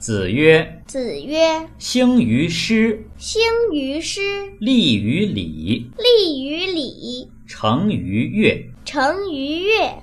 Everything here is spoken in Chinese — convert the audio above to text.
子曰子曰：“兴于诗，：“兴于诗，立于礼，立于礼，成于乐。”成于乐。”